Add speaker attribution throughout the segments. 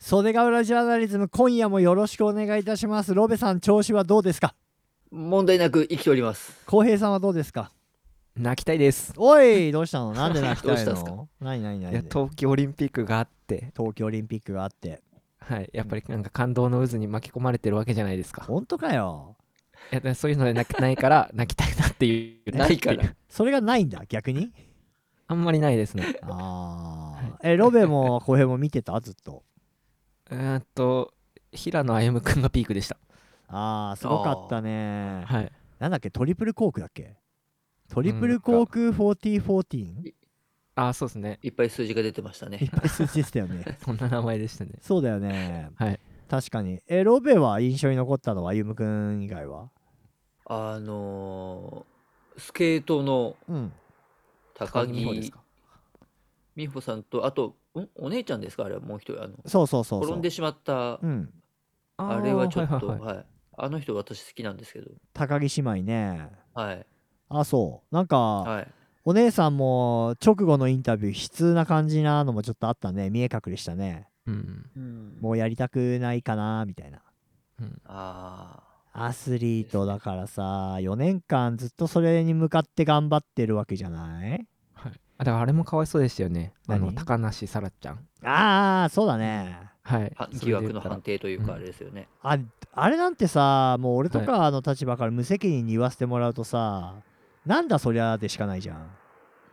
Speaker 1: 袖ヶ浦ジャーナリズム今夜もよろしくお願いいたしますロベさん調子はどうですか
Speaker 2: 問題なく生きております。
Speaker 1: 浩平さんはどうですか
Speaker 3: 泣きたいです
Speaker 1: おいどうした のなんで泣きたい
Speaker 2: どうしたんす
Speaker 1: の何何
Speaker 3: いや
Speaker 1: 何で
Speaker 3: 冬季オリンピックがあって
Speaker 1: 東京オリンピックがあって
Speaker 3: はいやっぱりなんか感動の渦に巻き込まれてるわけじゃないですか
Speaker 1: 本当かよ
Speaker 3: いやだそういうので泣け ないから泣きたいなってい う
Speaker 2: ないから
Speaker 1: それがないんだ逆に
Speaker 3: あんまりないですね
Speaker 1: ああ えロベも浩平も見てたずっと
Speaker 3: うーんと平野歩夢君がピークでした
Speaker 1: ああすごかったね
Speaker 3: はい
Speaker 1: なんだっけトリプルコークだっけトリプルコーク 4014?
Speaker 3: あーそうですね
Speaker 2: いっぱい数字が出てました
Speaker 1: いっ
Speaker 2: ね。
Speaker 1: ぱい数字でしたよ ね
Speaker 3: そんな名前でしたね
Speaker 1: そうだよね
Speaker 3: はい
Speaker 1: 確かにえロベは印象に残ったのはゆむくん以外は
Speaker 2: あのースケートの
Speaker 1: うん
Speaker 2: 高木
Speaker 3: 美
Speaker 2: 美
Speaker 3: 帆
Speaker 2: 帆
Speaker 3: ですか
Speaker 2: さんと、あと、んお姉ちゃんですかあれはもう一人。あの
Speaker 1: そうそうそうそう
Speaker 2: 転んでしまった、
Speaker 1: うん
Speaker 3: あ
Speaker 2: あ
Speaker 3: ー
Speaker 2: れはちょっと、
Speaker 3: い
Speaker 2: はい
Speaker 3: い
Speaker 2: あの人私好きなんですけど、
Speaker 1: 高木姉妹ね
Speaker 2: はい。
Speaker 1: あそうなんか、
Speaker 2: はい。
Speaker 1: お姉さんも直後のインタビュー悲痛な感じなのもちょっとあったね見え隠れしたね
Speaker 3: うん
Speaker 2: うん
Speaker 1: もうやりたくないかなみたいな
Speaker 3: うん
Speaker 2: ああ、
Speaker 1: アスリートだからさ4年間ずっとそれに向かって頑張ってるわけじゃない
Speaker 3: はい、あだからあれもかわいそうでしたよねあの
Speaker 1: 何
Speaker 3: 高梨沙羅ちゃん
Speaker 1: ああそうだね
Speaker 3: はい
Speaker 2: は
Speaker 3: そ
Speaker 2: 疑
Speaker 3: れで
Speaker 2: 惑
Speaker 3: 言
Speaker 2: の
Speaker 3: ったら
Speaker 2: 判定という
Speaker 3: うん
Speaker 2: か、あれですよね。
Speaker 1: ああれなんてさもう俺とかの立場から無責任に言わせてもらうとさ、なんだそりゃでしかないじゃん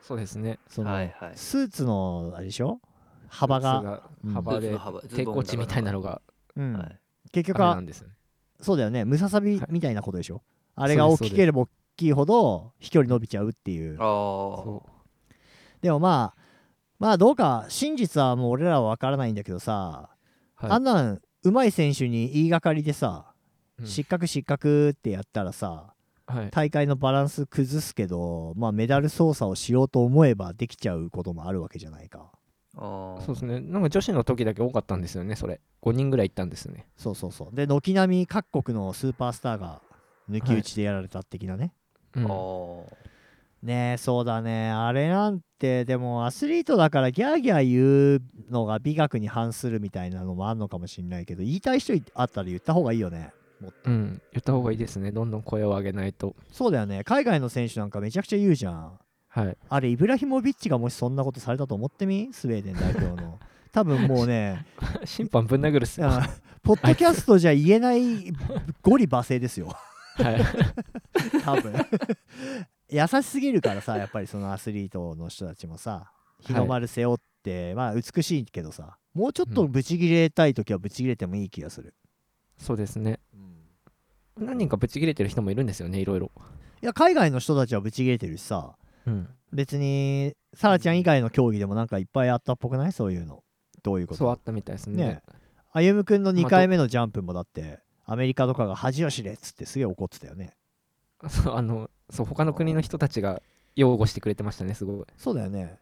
Speaker 3: そうですね
Speaker 1: その、
Speaker 2: はいはい
Speaker 1: スーツのあれでしょ幅
Speaker 3: 靴
Speaker 1: が、うん
Speaker 3: 幅
Speaker 2: スーツ
Speaker 3: で
Speaker 2: の幅ズ
Speaker 3: 抵
Speaker 2: ボン
Speaker 3: 抗
Speaker 2: の
Speaker 3: 値みたいなのが
Speaker 1: うん
Speaker 2: はい
Speaker 1: 結
Speaker 3: あれ
Speaker 1: 局
Speaker 3: な
Speaker 1: は
Speaker 3: んですよね
Speaker 1: そうだよねムササビ
Speaker 3: はい
Speaker 1: みたいなことでしょ、あれが大きければ大きいほど飛距離伸びちゃうっていう
Speaker 2: あー
Speaker 3: そう
Speaker 1: でもまあまあどうか真実はもう俺らは分からないんだけどさ、
Speaker 3: はい
Speaker 1: あんなん上手い選手に言いがかりでさ、
Speaker 3: うん
Speaker 1: 失格失格ってやったらさ
Speaker 3: はい
Speaker 1: 大会のバランス崩すけど、まあ、メダル操作をしようと思えばできちゃうこともあるわけじゃないか
Speaker 2: あー。
Speaker 3: そうですねなんか女子の時だけ多かったんですよねそれ5人ぐらい行ったんですよね
Speaker 1: そうそうそうで軒並み各国のスーパースターが抜き打ちでやられた的なね、
Speaker 3: うん
Speaker 2: あー
Speaker 1: ねえそうだねあれなんてでもアスリートだからギャーギャー言うのが美学に反するみたいなのもあんのかもしんないけど言いたい人あったら言った方がいいよね
Speaker 3: うん、言った方がいいですね。どんどん声を上げないと。
Speaker 1: そうだよね海外の選手なんかめちゃくちゃ言うじゃん
Speaker 3: はい。
Speaker 1: あれイブラヒモビッチがもしそんなことされたと思ってみスウェーデン代表の多分もうね
Speaker 3: 審判ぶん殴るっすよ。は
Speaker 1: あポッドキャストじゃ言えないゴリ罵声ですよ
Speaker 3: い。
Speaker 1: 多分 優しすぎるからさやっぱりそのアスリートの人たちもさ日の丸背負って、まあ美しいけどさもうちょっとブチギレたい時はブチギレてもいい気がする、
Speaker 3: そうですね。
Speaker 1: うん
Speaker 3: 何人かブチ切れてる人もいるんですよね、いろいろ。
Speaker 1: いや海外の人たちはブチギレてるしさ
Speaker 3: うん。
Speaker 1: 別にサラちゃん以外の競技でもなんかいっぱいあったっぽくないそういうのどういうこ
Speaker 3: そうあっ
Speaker 1: と
Speaker 3: たみたいですね。
Speaker 1: ね歩夢君の
Speaker 3: まあ
Speaker 1: 2回目のジャンプもだってアメリカとかが恥を知れっつってすげえ怒ってたよね
Speaker 3: そう、あの、そう、他の国の人たちが擁護してくれてましたね、すごい。
Speaker 1: そうだよね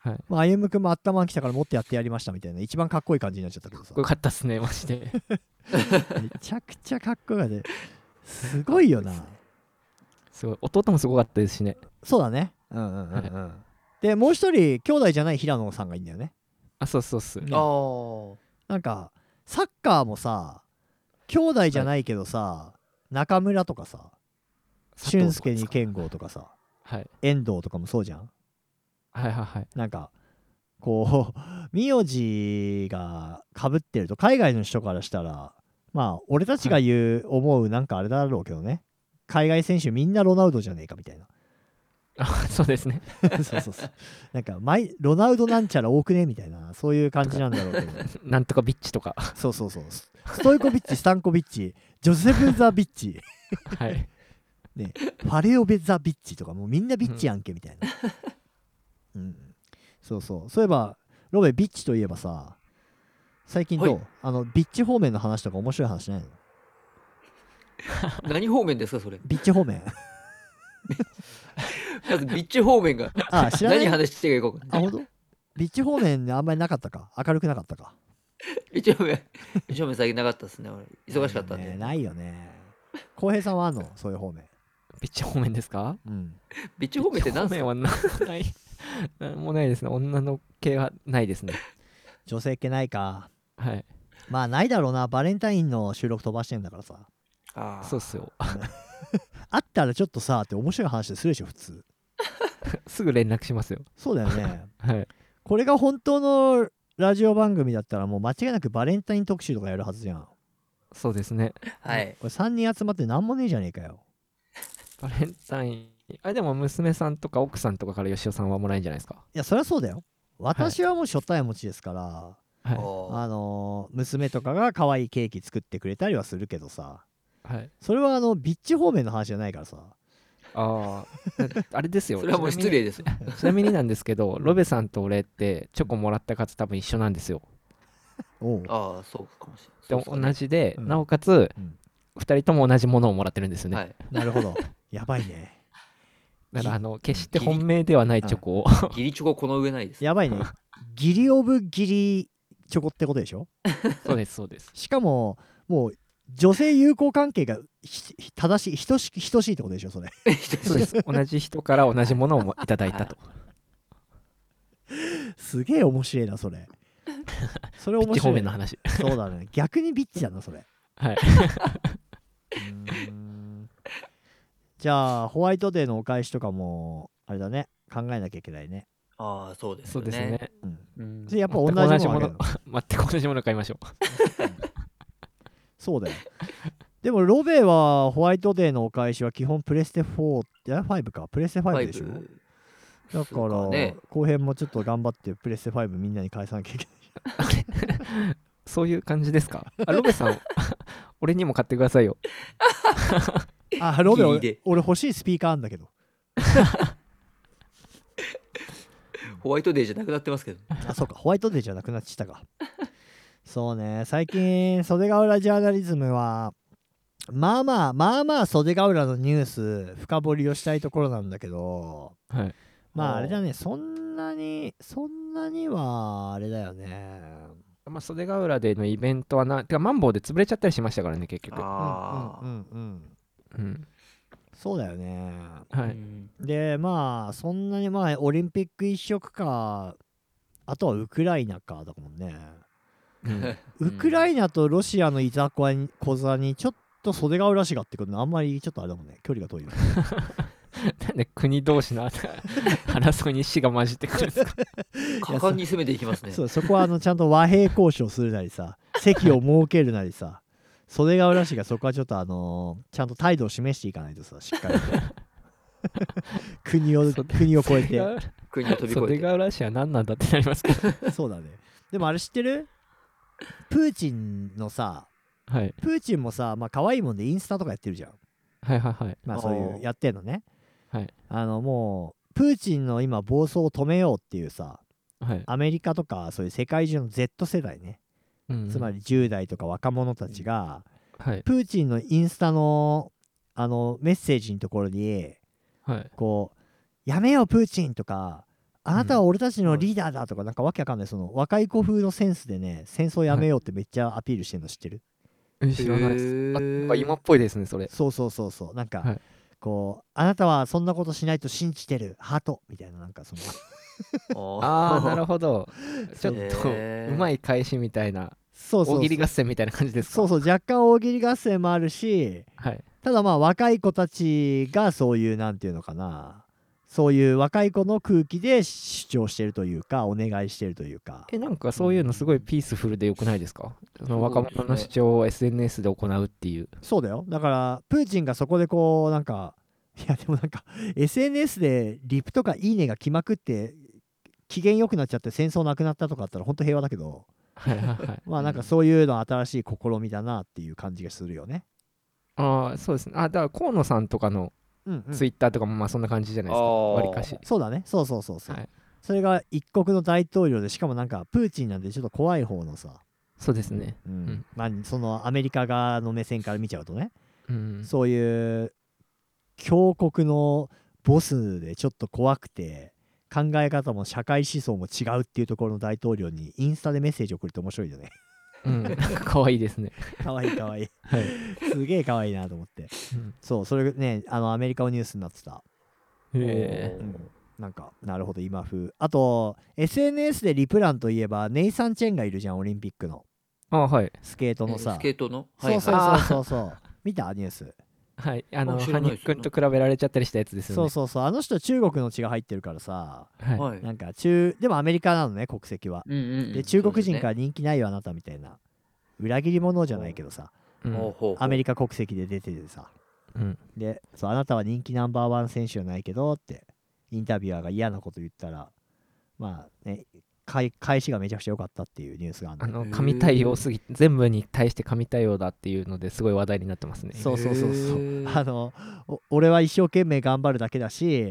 Speaker 3: はい。
Speaker 1: まあ歩夢君も頭きたから持ってやってやりましたみたいな一番かっこいい感じになっちゃったけどさ
Speaker 3: よかったっすね、マジで。
Speaker 1: めちゃくちゃかっこよかったすごいよな
Speaker 3: すごい。弟もすごかったですしね。
Speaker 1: そうだねうんうんうんうん、でもう一人兄弟じゃない平野さんがいいんだよね
Speaker 3: あ、そうそうっす。
Speaker 1: ね
Speaker 2: あー
Speaker 1: なんかサッカーもさ兄弟じゃないけどさ、中村とかさ
Speaker 3: 佐藤
Speaker 1: 俊
Speaker 3: とか
Speaker 1: 介に健吾とかさ
Speaker 3: はい。
Speaker 1: 遠藤とかもそうじゃん
Speaker 3: はいはいはい。
Speaker 1: なんかこう 名字がかぶってると海外の人からしたらまあ俺たちが言う、思うなんかあれだろうけどね海外選手みんなロナウドじゃねえかみたいな
Speaker 3: あ、そうですね。
Speaker 1: そうそうそう。なんか、マイロナウドなんちゃら多くねみたいな、そういう感じなんだろう けど。
Speaker 3: なんとかビッチとか。
Speaker 1: そうそうそう。スストイコビッチ、スタンコビッチ、ジョセフ・ザ・ビッチ、
Speaker 3: はい。
Speaker 1: ファレオベ・ザ・ビッチとか、もうみんなビッチやんけみ たいな。うん。そうそう。そういえば、ロベ、ビッチといえばさ、最近どう、
Speaker 2: は
Speaker 1: あの、ビッチ方面の話とか面白い話ないの
Speaker 2: 何方面ですか、それ。
Speaker 1: ビッチ方面。
Speaker 2: まずビッチ方面が
Speaker 1: あ、知らない。
Speaker 2: 何
Speaker 1: あ、
Speaker 2: 話していこうか。
Speaker 1: ほんとビッチ方面あんまりなかったか明るくなかったか
Speaker 2: ビッチ方面、ビッチ方面最近なかったですね。俺忙しかったん
Speaker 1: ね
Speaker 2: で。
Speaker 1: ないよね。浩平さんはあんのそういう方面。
Speaker 3: ビッチ方面ですか
Speaker 1: うん。
Speaker 2: ビッチ方面って何す
Speaker 3: ビッチ
Speaker 2: か
Speaker 3: 方面はなない。なんもないですね。女の系はないですね。
Speaker 1: 女性系ないか
Speaker 3: はい。
Speaker 1: まあないだろうなバレンタインの収録飛ばしてんだからさ
Speaker 2: ああ。
Speaker 3: そうっすよ。
Speaker 1: あったらちょっとさって面白い話でするでしょ普通
Speaker 3: すぐ連絡しますよ。
Speaker 1: そうだよね
Speaker 3: はい。
Speaker 1: これが本当のラジオ番組だったらもう間違いなくバレンタイン特集とかやるはずじゃん
Speaker 3: そうですね。
Speaker 2: はい。
Speaker 1: これ3人集まって何もねえじゃねえかよ
Speaker 3: バレンタイン。あ、でも娘さんとか奥さんとかから吉尾さんはもらえるんじゃないですか。
Speaker 1: いやそりゃそうだよ私はもう初対持ちですから、
Speaker 3: はい。
Speaker 2: あ
Speaker 1: あのー娘とかが可愛いケーキ作ってくれたりはするけどさ
Speaker 3: はい。
Speaker 1: それはあのビッチ方面の話じゃないからさ
Speaker 3: ああ。あれです
Speaker 2: ー
Speaker 3: よ。
Speaker 2: それはもう
Speaker 3: ちなみ
Speaker 2: 失
Speaker 3: に
Speaker 2: 礼です。
Speaker 3: ちなみになんですけど、ロベさんと俺ってチョコもらった数多分一緒なんですよ。
Speaker 1: おう
Speaker 2: ああ、そうかもし
Speaker 3: で
Speaker 2: れ
Speaker 3: も
Speaker 2: ない。
Speaker 3: 同じで、
Speaker 1: うん
Speaker 3: なおかつ、
Speaker 1: うん
Speaker 3: 二人とも同じものをもらってるんですよね。
Speaker 2: はい。
Speaker 1: なるほどやばいね
Speaker 3: だからあの決して
Speaker 2: ギリ
Speaker 3: 本命ではないチョコを、
Speaker 2: ギリチョコこの上ないです。
Speaker 1: やばいねギリオブギリチョコってことでしょ
Speaker 3: そうですそうです。
Speaker 1: しかももう女性友好関係がひひ正しい等しく等しいってことでしょそれ
Speaker 3: そうです。 同じ人から同じものをもいただいたと。
Speaker 1: すげえ面白いな それそれ
Speaker 3: ピッ
Speaker 1: 面
Speaker 3: チ
Speaker 1: 白
Speaker 3: 方
Speaker 1: い
Speaker 3: 面の話。
Speaker 1: そうだね逆にビッチだなそれ
Speaker 3: はい。
Speaker 1: うーんじゃあホワイトデーのお返しとかもあれだね考えなきゃいけないね、
Speaker 2: ああ、そうです
Speaker 3: そ
Speaker 2: よ
Speaker 3: うですね
Speaker 2: ね。。
Speaker 1: うん、
Speaker 2: うん
Speaker 1: それやっぱ同じものあげる
Speaker 3: 全く同
Speaker 1: の
Speaker 3: じ全く同じもの買いましょう。
Speaker 1: そうだよでもロベはホワイトデーのお返しは基本プレステ4ってあ5かプレステ5でしょ
Speaker 2: フ
Speaker 1: だか
Speaker 2: そう
Speaker 1: ら、
Speaker 2: かね
Speaker 1: 後編もちょっと頑張ってプレステ5みんなに返さなきゃいけない
Speaker 3: そういう感じですか。あロベさん、 俺にも買ってくださいよ。
Speaker 1: あ、ロベ
Speaker 2: ギリ
Speaker 1: 俺
Speaker 2: で、
Speaker 1: 俺欲しいスピーカーあんだけど。
Speaker 2: ホワイトデーじゃなくなってますけど。
Speaker 1: あ、そうか、ホワイトデーじゃなくなっちゃったか。 そうね、最近、袖ヶ浦ジャーナリズムは、まあまあ、まあまあ、袖ヶ浦のニュース、深掘りをしたいところなんだけど、
Speaker 3: はい。
Speaker 1: まあ、
Speaker 2: おう
Speaker 1: あれだね、そんなに、そんなには、あれだよね。
Speaker 3: まあ、袖ヶ浦でのイベントはな、てかマンボウで潰れちゃったりしましたからね、結局。
Speaker 1: う
Speaker 2: あ
Speaker 1: んうんうんうん。
Speaker 3: うん。
Speaker 1: そうだよね。
Speaker 2: あ。
Speaker 3: は
Speaker 2: う
Speaker 3: い。
Speaker 2: ん
Speaker 1: で、まあ、そんなに、まあ、オリンピック一色か、あとはウクライナか、だもんね。
Speaker 3: うん
Speaker 1: ウクライナとロシアのいざこに小座にちょっと袖が浦市がってくるのあんまりちょっとあれだもんね距離が遠いよね
Speaker 3: なんで国同士の 争いに死が混じってくるんですか
Speaker 2: 果敢に攻めていきますね。
Speaker 1: そうそこはあのちゃんと和平交渉するなりさ席を設けるなりさ袖が浦市がそこはちょっとあのーちゃんと態度を示していかないとさしっかり と国を国を越えて
Speaker 2: 国を飛び越
Speaker 3: 袖
Speaker 2: えて。
Speaker 3: ヶ浦市は何なんだってなりますけど。
Speaker 1: そうだねでもあれ知ってるプーチンのさ
Speaker 3: はい。
Speaker 1: プーチンもさまあ可愛いもんでインスタとかやってるじゃん
Speaker 3: はいはいはい。
Speaker 1: まあそうい
Speaker 2: あ
Speaker 1: う
Speaker 2: ー
Speaker 1: やってんのね
Speaker 3: はい
Speaker 1: あのもうプーチンの今暴走を止めようっていうさ
Speaker 3: はい。
Speaker 1: アメリカとかそういう世界中の Z 世代ね、
Speaker 3: うん
Speaker 1: つまり10代とか若者たちが、
Speaker 3: はい。
Speaker 1: プーチンのインスタのあのメッセージのところに
Speaker 3: はい。
Speaker 1: こう「やめようプーチン」とか「あなたは俺たちのリーダーだ」とか、なんかわけわかんないその若い子風のセンスでね戦争やめようってめっちゃアピールしてるの知ってる、
Speaker 3: え知らないです。あなんか今っぽいですね、それ。
Speaker 1: そうそうそうそうなんか、
Speaker 3: はい
Speaker 1: こう「あなたはそんなことしないと信じてるハート」みたいななんかそ の
Speaker 3: ああ、なる
Speaker 2: ほ
Speaker 3: ほ ど。ちょっと、
Speaker 2: へー
Speaker 3: うまい返しみたいな、
Speaker 1: そうそう
Speaker 3: 大
Speaker 1: そう
Speaker 3: 喜利合戦みたいな感じですか。
Speaker 1: そうそう若干大喜利合戦もあるし
Speaker 3: はい。
Speaker 1: ただまあ若い子たちがそういうなんていうのかなそういう若い子の空気で主張してるというかお願いしてるというか
Speaker 3: え、なんかそういうのすごいピースフルでよくないですかその若者の主張を SNS で行うっていう。
Speaker 1: そうだよだからプーチンがそこでこうなんかいやでもなんか SNS でリプとかいいねが来まくって機嫌良くなっちゃって戦争なくなったとかあったら本当平和だけど
Speaker 3: はいはいはい。
Speaker 1: まあなんか
Speaker 2: うん
Speaker 1: そういうの新しい試みだなっていう感じがするよね。
Speaker 3: ああ、そうですね。あ、だから河野さんとかの
Speaker 1: うんうん
Speaker 3: ツイッターとかもまあそんな感じじゃないですか。
Speaker 2: あー
Speaker 3: わりかし。
Speaker 1: そうだねそうそうそうそう、
Speaker 3: はい
Speaker 1: それが一国の大統領でしかもなんかプーチンなんてちょっと怖い方のさ
Speaker 3: そうですね。
Speaker 1: うん
Speaker 3: ん
Speaker 1: まあ、そのアメリカ側の目線から見ちゃうとね、
Speaker 3: うん。
Speaker 1: そういう強国のボスでちょっと怖くて考え方も社会思想も違うっていうところの大統領にインスタでメッセージ送ると面白いよ ね
Speaker 3: うん、なんか可愛いですね。
Speaker 1: かわいいかわいい
Speaker 3: はい。
Speaker 1: すげえかわいいなと思って
Speaker 3: うん
Speaker 1: そうそれねあのアメリカのニュースになってた
Speaker 3: へえ。
Speaker 1: なんかなるほど今風あと SNS でリプランといえばネイサン・チェンがいるじゃんオリンピックの
Speaker 3: あはい。
Speaker 1: スケートの
Speaker 2: え
Speaker 1: さ
Speaker 2: スケートの
Speaker 1: そうそう
Speaker 2: はい
Speaker 1: そうそうそう 見たニュース
Speaker 3: はい。あの、
Speaker 2: あ知
Speaker 3: 羽
Speaker 2: らない
Speaker 3: 生
Speaker 2: です
Speaker 3: くんと比べられちゃったりしたやつです
Speaker 1: そ
Speaker 3: よ
Speaker 1: う
Speaker 3: ね。
Speaker 1: そうそうあの人中国の血が入ってるからさ
Speaker 3: はい。
Speaker 2: はい。
Speaker 1: なんか中でもアメリカなのね国籍は
Speaker 2: うんうんうん
Speaker 1: で中国人から
Speaker 2: ら、
Speaker 1: 人気ないよあなたみたいな裏切り者じゃないけどさ
Speaker 3: うん
Speaker 2: ほうほう
Speaker 1: アメリカ国籍で出ててさ
Speaker 3: うん
Speaker 1: でそうあなたは人気ナンバーワン選手じゃないけどってインタビュアーが嫌なこと言ったらまあねかい返しがめちゃくちゃ良かったっていうニュースがある
Speaker 3: あ
Speaker 1: の
Speaker 3: の神対応すぎ全部に対して神対応だっていうのですごい話題になってますね。
Speaker 1: そうそうそうそう
Speaker 2: へー
Speaker 1: あのお俺は一生懸命頑張るだけだし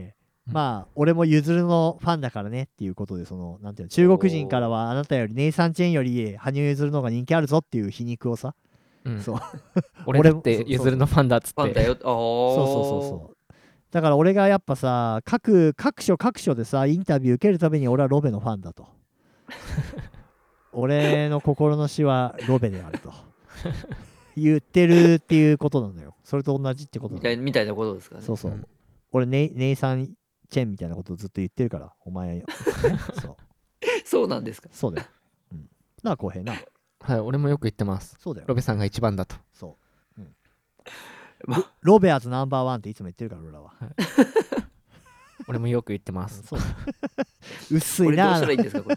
Speaker 3: うん
Speaker 1: まあ俺もゆずるのファンだからねっていうことでそのなんていうの中国人からはあなたよりネイサン・チェンより羽生結弦の方が人気あるぞっていう皮肉をさ、
Speaker 3: うん
Speaker 1: そう
Speaker 3: 俺だって
Speaker 1: 俺も
Speaker 3: ゆずるのファンだっつって。
Speaker 2: ファンだよ。ああ。
Speaker 1: そうそうそうそうだから俺がやっぱさ各各所各所でさインタビュー受けるために俺はロベのファン だと俺の心の死はロベであると言ってるっていうことなのよそれと同じってこと
Speaker 2: み
Speaker 1: な
Speaker 2: た
Speaker 1: の
Speaker 2: いみたいなことですかね。
Speaker 1: そうそう、
Speaker 3: うん
Speaker 1: 俺ネイネイサン・チェンみたいなことをずっと言ってるからお前、ね、 そう
Speaker 2: そうなんで すか。
Speaker 1: そうだよ、うん、なあ浩平な
Speaker 3: はい、俺もよく言ってます。
Speaker 1: そうだよ
Speaker 3: ロベさんが一番だと。
Speaker 1: そう
Speaker 2: まあ
Speaker 1: ロベアーズナンバーワンっていつも言ってるから俺らは
Speaker 3: 俺もよく言ってま
Speaker 1: うん
Speaker 3: す。
Speaker 1: そうだよ 薄
Speaker 2: こ
Speaker 1: い
Speaker 2: れどう
Speaker 1: な
Speaker 2: したらいいんです かこれ。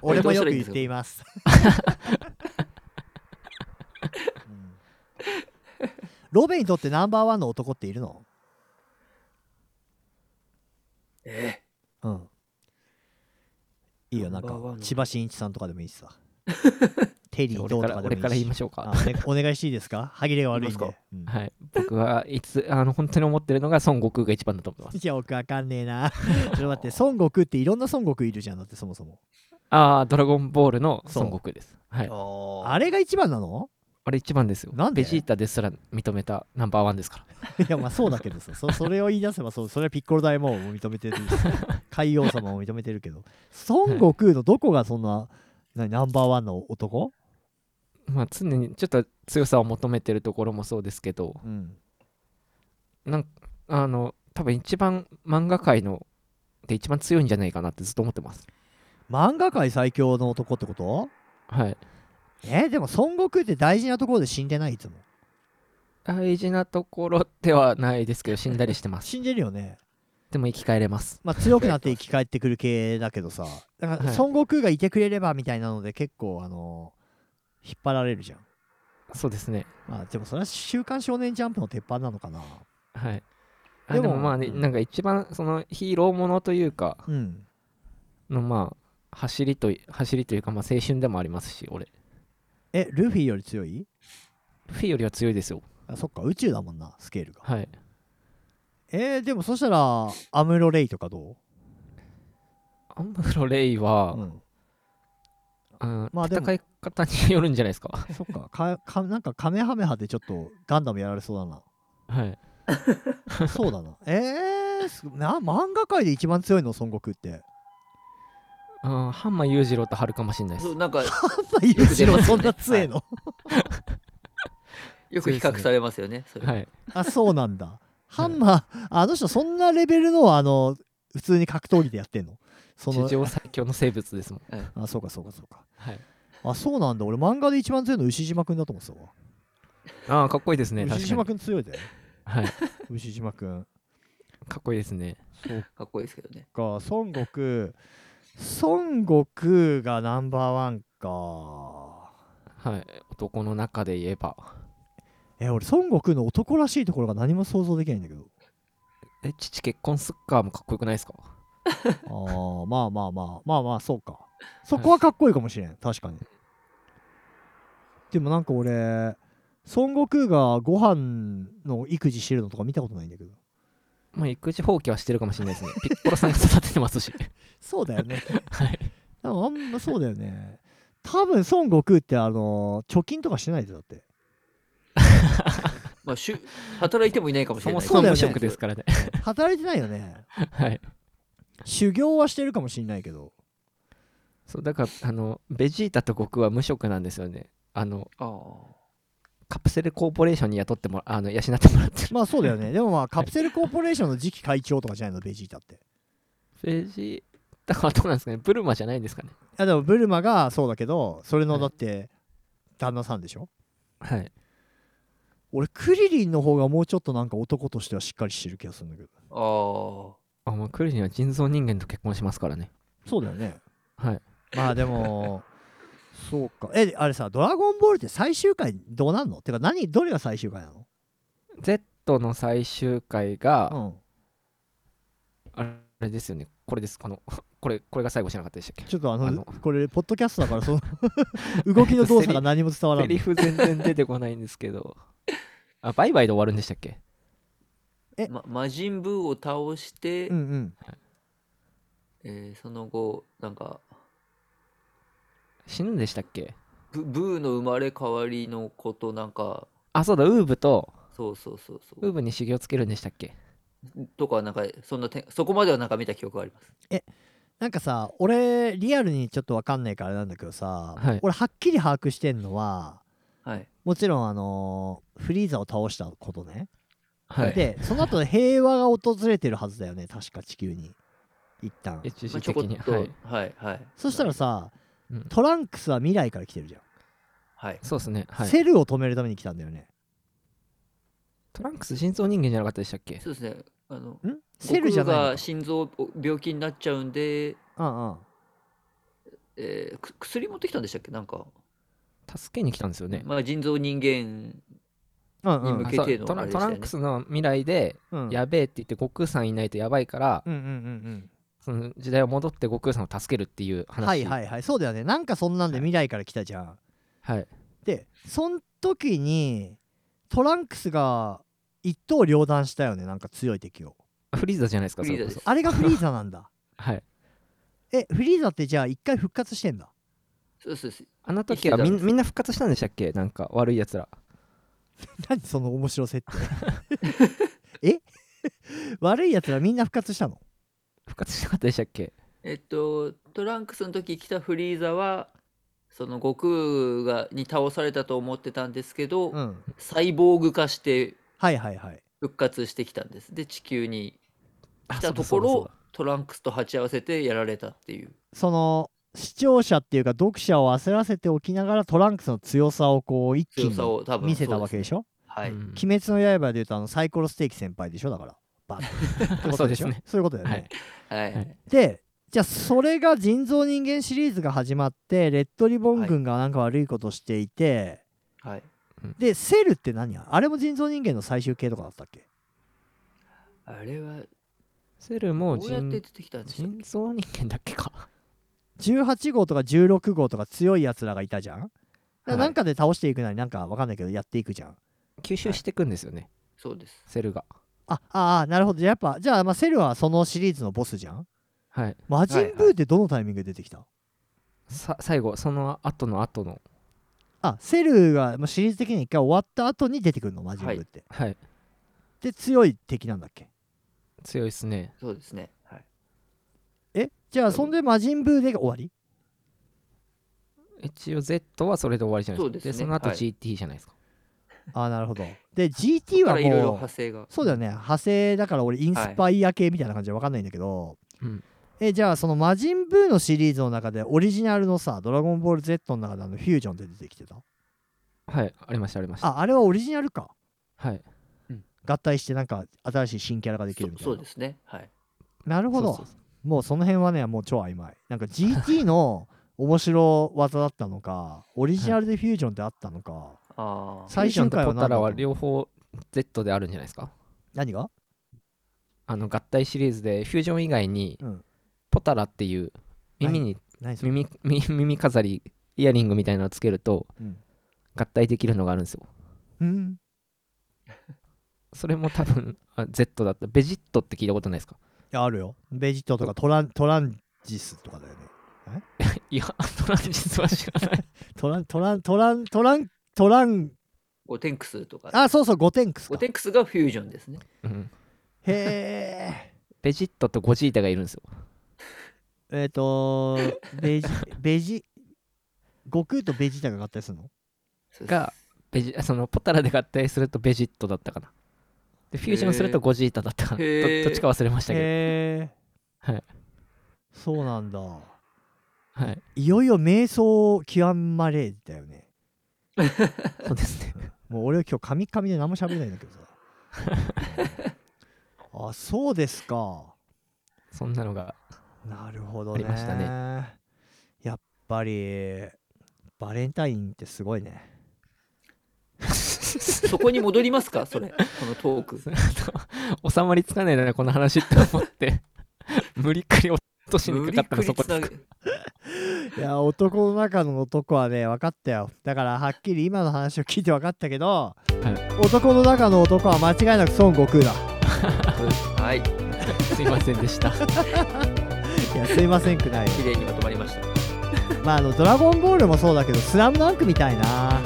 Speaker 1: 俺も
Speaker 2: どうし
Speaker 1: よ
Speaker 2: た
Speaker 1: く
Speaker 2: ら
Speaker 1: 言
Speaker 2: いいんで
Speaker 1: っ
Speaker 2: すか
Speaker 1: ています。 うんロベにとってナンバーワンの男っているの
Speaker 2: え
Speaker 1: うん。いいよ、なん
Speaker 2: ナ
Speaker 1: か
Speaker 2: ンバーワン、の
Speaker 1: 千葉真一さんとかでもいいしさ。テリーど
Speaker 3: 俺
Speaker 1: うと
Speaker 3: から
Speaker 1: かでもい
Speaker 3: 俺
Speaker 1: いし。
Speaker 3: から言いましょう
Speaker 1: あ
Speaker 3: か。
Speaker 1: お願いお願いしていいですか歯切れが悪いん
Speaker 2: いい
Speaker 1: で
Speaker 2: で。
Speaker 1: うん
Speaker 3: はい、僕はいつあの本当に思ってるのが孫悟空が一番だと思ってます。
Speaker 1: いや、僕わかんねえな。ちょっと待って、孫悟空っていろんな孫悟空いるじゃん、だってそもそも。
Speaker 3: ああ、ドラゴンボールの
Speaker 1: そう
Speaker 3: 孫悟空です。はい、
Speaker 2: あ
Speaker 1: あれが一番なの
Speaker 3: あれ一番ですよ。
Speaker 1: なんで
Speaker 3: ベジータですら認めたナンバーワンですか ら。
Speaker 1: いやまあそうだけどさそそれを言い出せばそうそれはピッコロ大魔王も認めて るし海王様も認めてるけど孫悟空のどこがそんななナンバーワンの男、
Speaker 3: まあ常にちょっと強さを求めてるところもそうですけど、
Speaker 1: うん、
Speaker 3: なんあの多分一番漫画界ので一番強いんじゃないかなってずっと思ってます。
Speaker 1: 漫画界最強の男ってこと
Speaker 3: はい。
Speaker 1: えでも孫悟空って大事なところで死んでないいつも
Speaker 3: 大事なところではないですけど死んだりして ます。
Speaker 1: 死んでるよね
Speaker 3: でも生き返れます。
Speaker 1: まあ強くなって生き返ってくる系だけどさだから
Speaker 3: はい
Speaker 1: 孫悟空がいてくれればみたいなので結構あの引っ張られるじゃん
Speaker 3: そうですね。
Speaker 1: まあでもそれは「週刊少年ジャンプ」の鉄板なのかな
Speaker 3: はい。あ
Speaker 1: で
Speaker 3: で
Speaker 1: も
Speaker 3: もまあね、
Speaker 1: うん
Speaker 3: なんか一番そのヒーローものというか
Speaker 1: うん
Speaker 3: のまあ走りとい走りというかまあ青春でもありますし俺
Speaker 1: えルフィより強い
Speaker 3: ルフィよりは強いですよ
Speaker 1: あそっか宇宙だもんなスケールが
Speaker 3: はい
Speaker 1: えー、でもそしたらアムロレイとかど
Speaker 3: アンブロレイ
Speaker 1: う、
Speaker 3: は
Speaker 1: う、ん、
Speaker 3: うん
Speaker 1: まあでも
Speaker 3: 戦い方によるんじゃないですか
Speaker 1: そっかかかなんかカメハメハでちょっとガンダムやられそうだ
Speaker 3: はい
Speaker 1: なそうだなえー、すな漫画界で一番強いの孫悟空って
Speaker 3: あーハンマー裕次郎と春かもしれないで
Speaker 2: そ
Speaker 3: す
Speaker 2: うなんか
Speaker 1: あんま言うて
Speaker 2: よく出ますよね
Speaker 1: そんな強いの、
Speaker 2: よく比較されますよね。それ。
Speaker 3: はい
Speaker 1: あそうなんだハンマーあの人そんなレベルのあの普通に格闘技でやってんのその
Speaker 3: 地上最強の生物ですもん
Speaker 1: あそうかそうかそうか
Speaker 3: はい
Speaker 1: あそうなんだ俺漫画で一番強いの牛島くんだと思ってたわ、
Speaker 3: ああかっこいいですね確
Speaker 1: 牛
Speaker 3: かに
Speaker 1: 島くん強いだよ
Speaker 3: はい
Speaker 1: 牛島くん
Speaker 3: かっこいいですね
Speaker 2: かっこいいですけどね。
Speaker 1: か孫悟空孫悟空がナンバーワンか
Speaker 3: はい男の中で言えば
Speaker 1: え俺孫悟空の男らしいところが何も想像できないんだけど
Speaker 3: え父結婚すっかもかっこよくないですか
Speaker 1: あーまあまあまあまあまあそうかそこはかっこいいかもしれん確かにでもなんか俺孫悟空がご飯の育児してるのとか見たことないんだけど
Speaker 3: まあ育児放棄はしてるかもしれないですねピッコロさんが育ててますし
Speaker 1: そうだよ ね
Speaker 3: はい
Speaker 1: でもあんまそうだよね多分孫悟空ってあの貯金とかしてないでだって
Speaker 2: まあしゅ 働いてもいないかもし
Speaker 3: そ
Speaker 2: れな
Speaker 3: も
Speaker 2: い。
Speaker 3: そも無
Speaker 1: そうだよね
Speaker 3: 職ですからね。
Speaker 1: 働いてないよね
Speaker 3: はい。
Speaker 1: 修行はしてるかもしれないけど
Speaker 3: そうだからあのベジータと悟空は無職なんですよね。あの
Speaker 2: ああ。
Speaker 3: カプセルコーポレーションに雇ってもらあの養ってもらってる。
Speaker 1: まあそうだよね。でもまあカプセルコーポレーションの次期会長とかじゃないの、ベジータって。い
Speaker 3: ベジータはどうなんですかね。ブルマじゃないんですかね。
Speaker 1: やでもブルマがそうだけど、それのだって、旦那さんでしょ
Speaker 3: はい。
Speaker 1: 俺クリリンの方がもうちょっとなんか男としてはしっかりしてる気がするんだけど
Speaker 2: あ
Speaker 3: あ、まあ、クルリンは人造人間と結婚しますからね。
Speaker 1: そうだよね
Speaker 3: はい。
Speaker 1: まあでも そうかえあれさ「ドラゴンボール」って最終回どうなんのてか何どれが最終回なの
Speaker 3: Z の最終回が、
Speaker 1: うん
Speaker 3: あれですよね。これです。この、これ、これが最後じゃなかったでしたっけ
Speaker 1: ちょっとあの
Speaker 3: あの
Speaker 1: これポッドキャストだからその 動きの動作が何も伝わらな
Speaker 3: セリ
Speaker 1: い
Speaker 3: フ全然出てこないんですけど。あ、バイバイで終わるんでしたっけ
Speaker 2: あ、ま、魔人ブーを倒して、
Speaker 1: うんうん
Speaker 2: えーその後なんか
Speaker 3: 死ぬんでしたっけ
Speaker 2: ブブーの生まれ変わりのことなんか
Speaker 3: あ、そうだ、ウーブと、
Speaker 2: そうそうそうそ
Speaker 3: ウー
Speaker 2: う
Speaker 3: ブに修行つけるんでしたっけ
Speaker 2: とかなんかそんなてそこまではなんか見た記憶があります
Speaker 1: なんかさ俺リアルにちょっとわかんないからあれなんだけどさ、
Speaker 3: はい
Speaker 1: 俺はっきり把握してんのは
Speaker 2: はい
Speaker 1: もちろんあのーフリーザを倒したことね、
Speaker 3: はい。
Speaker 1: でその後平和が訪れてるはずだよね確か地球に一旦
Speaker 3: 一
Speaker 2: まあ
Speaker 3: 時
Speaker 2: ちょ
Speaker 3: 的
Speaker 2: こっ
Speaker 3: に。
Speaker 2: と
Speaker 3: はい。
Speaker 2: はいはい
Speaker 1: そしたらさ
Speaker 3: うん
Speaker 1: トランクスは未来から来てるじゃん、
Speaker 2: はい
Speaker 3: そうですね。はい。
Speaker 1: セルを止めるために来たんだよね
Speaker 3: トランクス人造人間じゃなかったでしたっけ
Speaker 2: そうですねあの
Speaker 1: んセルじゃ
Speaker 2: 悟空
Speaker 1: ないの
Speaker 2: が心臓病気になっちゃうんで、
Speaker 1: かうんうん
Speaker 2: えーく薬持ってきたんでしたっけなんか、
Speaker 3: 助けに来たんですよね。
Speaker 2: まあ、人造人間
Speaker 1: うんうん
Speaker 2: 向
Speaker 3: あ
Speaker 2: け
Speaker 3: そう
Speaker 2: ての
Speaker 3: トラ
Speaker 2: あ
Speaker 3: ン
Speaker 2: れでし
Speaker 3: トラ
Speaker 2: たよね
Speaker 3: ンクスの未来で、
Speaker 1: うん
Speaker 3: やべえって言って悟空さんいないとやばいから、
Speaker 1: うんうんうん
Speaker 3: その時代を戻って悟空さんを助けるっていう
Speaker 1: うん
Speaker 3: 話
Speaker 1: はいはいはいそうだよねなんかそんなんで
Speaker 3: はい
Speaker 1: 未来から来たじゃん、
Speaker 3: はい
Speaker 1: でそん時にトランクスが一刀両断したよねなんか強い敵を
Speaker 3: フリーザじゃないですか
Speaker 2: フリーザ
Speaker 3: そ
Speaker 2: で
Speaker 3: れこ
Speaker 2: す。
Speaker 1: あれがフリーザなん だ
Speaker 3: そはい
Speaker 1: えフリーザってじゃあ一回復活してんだ
Speaker 2: そうそうそう
Speaker 3: あの時は
Speaker 2: 生きてた
Speaker 3: み
Speaker 2: ん
Speaker 3: ん
Speaker 2: です
Speaker 3: みんな復活したんでしたっけなんか悪いやつら
Speaker 1: 何その面白設 定え 悪いやつらみんな復活したの
Speaker 3: 復活しなかったでしたっけ
Speaker 2: えっと、トランクスの時来たフリーザは、その悟空がに倒されたと思ってたんですけど、
Speaker 1: うん
Speaker 2: サイボーグ化して
Speaker 1: はいはいはい
Speaker 2: 復活してきたんです。で、地球に来
Speaker 3: あそう
Speaker 2: た
Speaker 3: だ
Speaker 2: と
Speaker 3: そ
Speaker 2: こ
Speaker 3: うだそう
Speaker 2: ろ
Speaker 3: だ、
Speaker 2: トランクスと鉢合わせてやられたっていう。
Speaker 1: その視聴者っていうか読者を焦らせておきながらトランクスの強さをこう一気
Speaker 2: 強さ
Speaker 1: に
Speaker 2: を多分
Speaker 1: 見せたわけでし
Speaker 2: ょ。
Speaker 1: ょ
Speaker 2: はい。
Speaker 3: うん
Speaker 1: 「鬼滅の刃」でいうとあのサイコロステーキ先輩でしょだからバ ッて
Speaker 3: そうですね
Speaker 1: そういうことだよね、
Speaker 3: はい
Speaker 2: はい。
Speaker 3: はい
Speaker 1: でじゃあそれが人造人間シリーズが始まってレッドリボン軍がなんか悪いことしていて、
Speaker 2: はい。
Speaker 1: でセルって何やあれも人造人間の最終形とかだったっけ
Speaker 2: あれは、
Speaker 3: セルも
Speaker 2: どうやって出
Speaker 3: 人
Speaker 2: てきたんでしたっ
Speaker 3: 人造人間だっけ か
Speaker 1: 18号とか16号とか強いやつらがいたじゃん、だから
Speaker 3: はい
Speaker 1: なんかで倒していくなりなんかわかんないけどやっていくじゃん
Speaker 3: 吸収していくんですよね
Speaker 2: けそうです。
Speaker 3: セルが
Speaker 1: あああなるほどじゃあやっぱじゃあまあセルはそのシリーズのボスじゃん
Speaker 3: はい
Speaker 1: 魔人ブーってどのタイミングで出てきた、
Speaker 3: さ最後その後の後の
Speaker 1: あセルがまあシリーズ的に一回終わった後に出てくるの魔人ブーって、
Speaker 3: はい
Speaker 1: で強い敵なんだっけ
Speaker 3: 強いっすね
Speaker 2: そうですね。はい。
Speaker 1: えじゃあそんで魔人ブーで終わり
Speaker 3: 一応 Z はそれで終わりじゃないですか
Speaker 2: そうですね
Speaker 3: その後
Speaker 2: はい
Speaker 3: GT じゃないですか
Speaker 1: あーなるほどで GT
Speaker 2: だ
Speaker 1: は
Speaker 2: からいろいろ
Speaker 1: もう
Speaker 2: 派生が。
Speaker 1: そうだよね派生だから俺インスパイア系みたいな感じで分かんないんだけど、
Speaker 3: うん
Speaker 1: えじゃあその魔人ブーのシリーズの中でオリジナルのさ「ドラゴンボール Z」の中であのフュージョンで出てきてた
Speaker 3: はいありましたありました
Speaker 1: ああれはオリジナルか
Speaker 3: はい
Speaker 1: 合体してなんか新しい新キャラができるみたい
Speaker 2: そ
Speaker 1: な
Speaker 2: そうですね。はい。
Speaker 1: なるほど
Speaker 3: そうそうそう
Speaker 1: もうその辺はねもう超曖昧なんか GT の面白技だったのかオリジナルでフュージョンってあったのか、
Speaker 2: ああ。
Speaker 1: 最終回
Speaker 3: フュージョ
Speaker 1: は何
Speaker 3: ンとポ
Speaker 1: だ
Speaker 3: タ
Speaker 1: った
Speaker 3: ラ
Speaker 1: の
Speaker 3: は両方 Z であるんじゃないですか
Speaker 1: 何が
Speaker 3: あの合体シリーズでフュージョン以外に
Speaker 1: うん
Speaker 3: ポタラっていう耳に
Speaker 1: 何それ
Speaker 3: 耳 耳耳飾りイヤリングみたいなのをつけると
Speaker 1: うん、
Speaker 3: 合体できるのがあるんですよ
Speaker 1: うん、
Speaker 3: それも多分あ Z だったベジットって聞いたことないですか
Speaker 1: いやあるよベジットとかトラントランジスとかだよね
Speaker 3: いやトランジスは知らない
Speaker 1: トラントラントラントラントラン
Speaker 2: ゴテンクスとか。
Speaker 1: あそうそうゴテンクス
Speaker 2: ゴ
Speaker 1: か
Speaker 2: テンクスがフュージョンですね。
Speaker 3: うん
Speaker 1: へ
Speaker 3: ベジットとゴジータがいるんですよ
Speaker 1: ええっとベジ ベジ悟空とベジータが合体するの
Speaker 2: そうです
Speaker 3: がベジそのポタラで合体するとベジットだったかなでフュージョンするとゴジータだったかな
Speaker 2: へ
Speaker 3: ど
Speaker 2: ー
Speaker 3: どっちか忘れましたけ
Speaker 1: へ
Speaker 3: どはい
Speaker 1: そうなんだ
Speaker 3: はい
Speaker 1: いよいよ瞑想極まれだよね
Speaker 3: そうですね。
Speaker 1: もう俺は今日カミカミで何も喋れないんだけどさ あそうですか
Speaker 3: そんなのが、
Speaker 1: なるほど
Speaker 3: あ
Speaker 1: ね
Speaker 3: りました
Speaker 1: やっぱりバレンタインってすごいね
Speaker 2: そこに戻りますかそれこのトーク
Speaker 3: 収まりつかないな、この話って思って、無理っくり落としに
Speaker 2: 無
Speaker 3: か
Speaker 2: 理
Speaker 3: かっ
Speaker 2: ったく
Speaker 3: の、
Speaker 2: り
Speaker 3: そこ
Speaker 2: つなげ
Speaker 3: で。
Speaker 1: いや男の中の男はね分かったよだからはっきり今の話を聞いて分かったけど、男の中の男は間違いなく孫悟空だ
Speaker 2: はい
Speaker 3: すいませんでした。
Speaker 1: いやすいませんくないよ
Speaker 2: 綺麗にまとまりました
Speaker 1: まああの「ドラゴンボール」もそうだけど「スラムダンクみたいな
Speaker 3: あ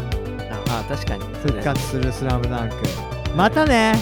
Speaker 3: あ、確かに。そう
Speaker 1: 復
Speaker 3: だよね
Speaker 1: 活する「スラムダンクまたね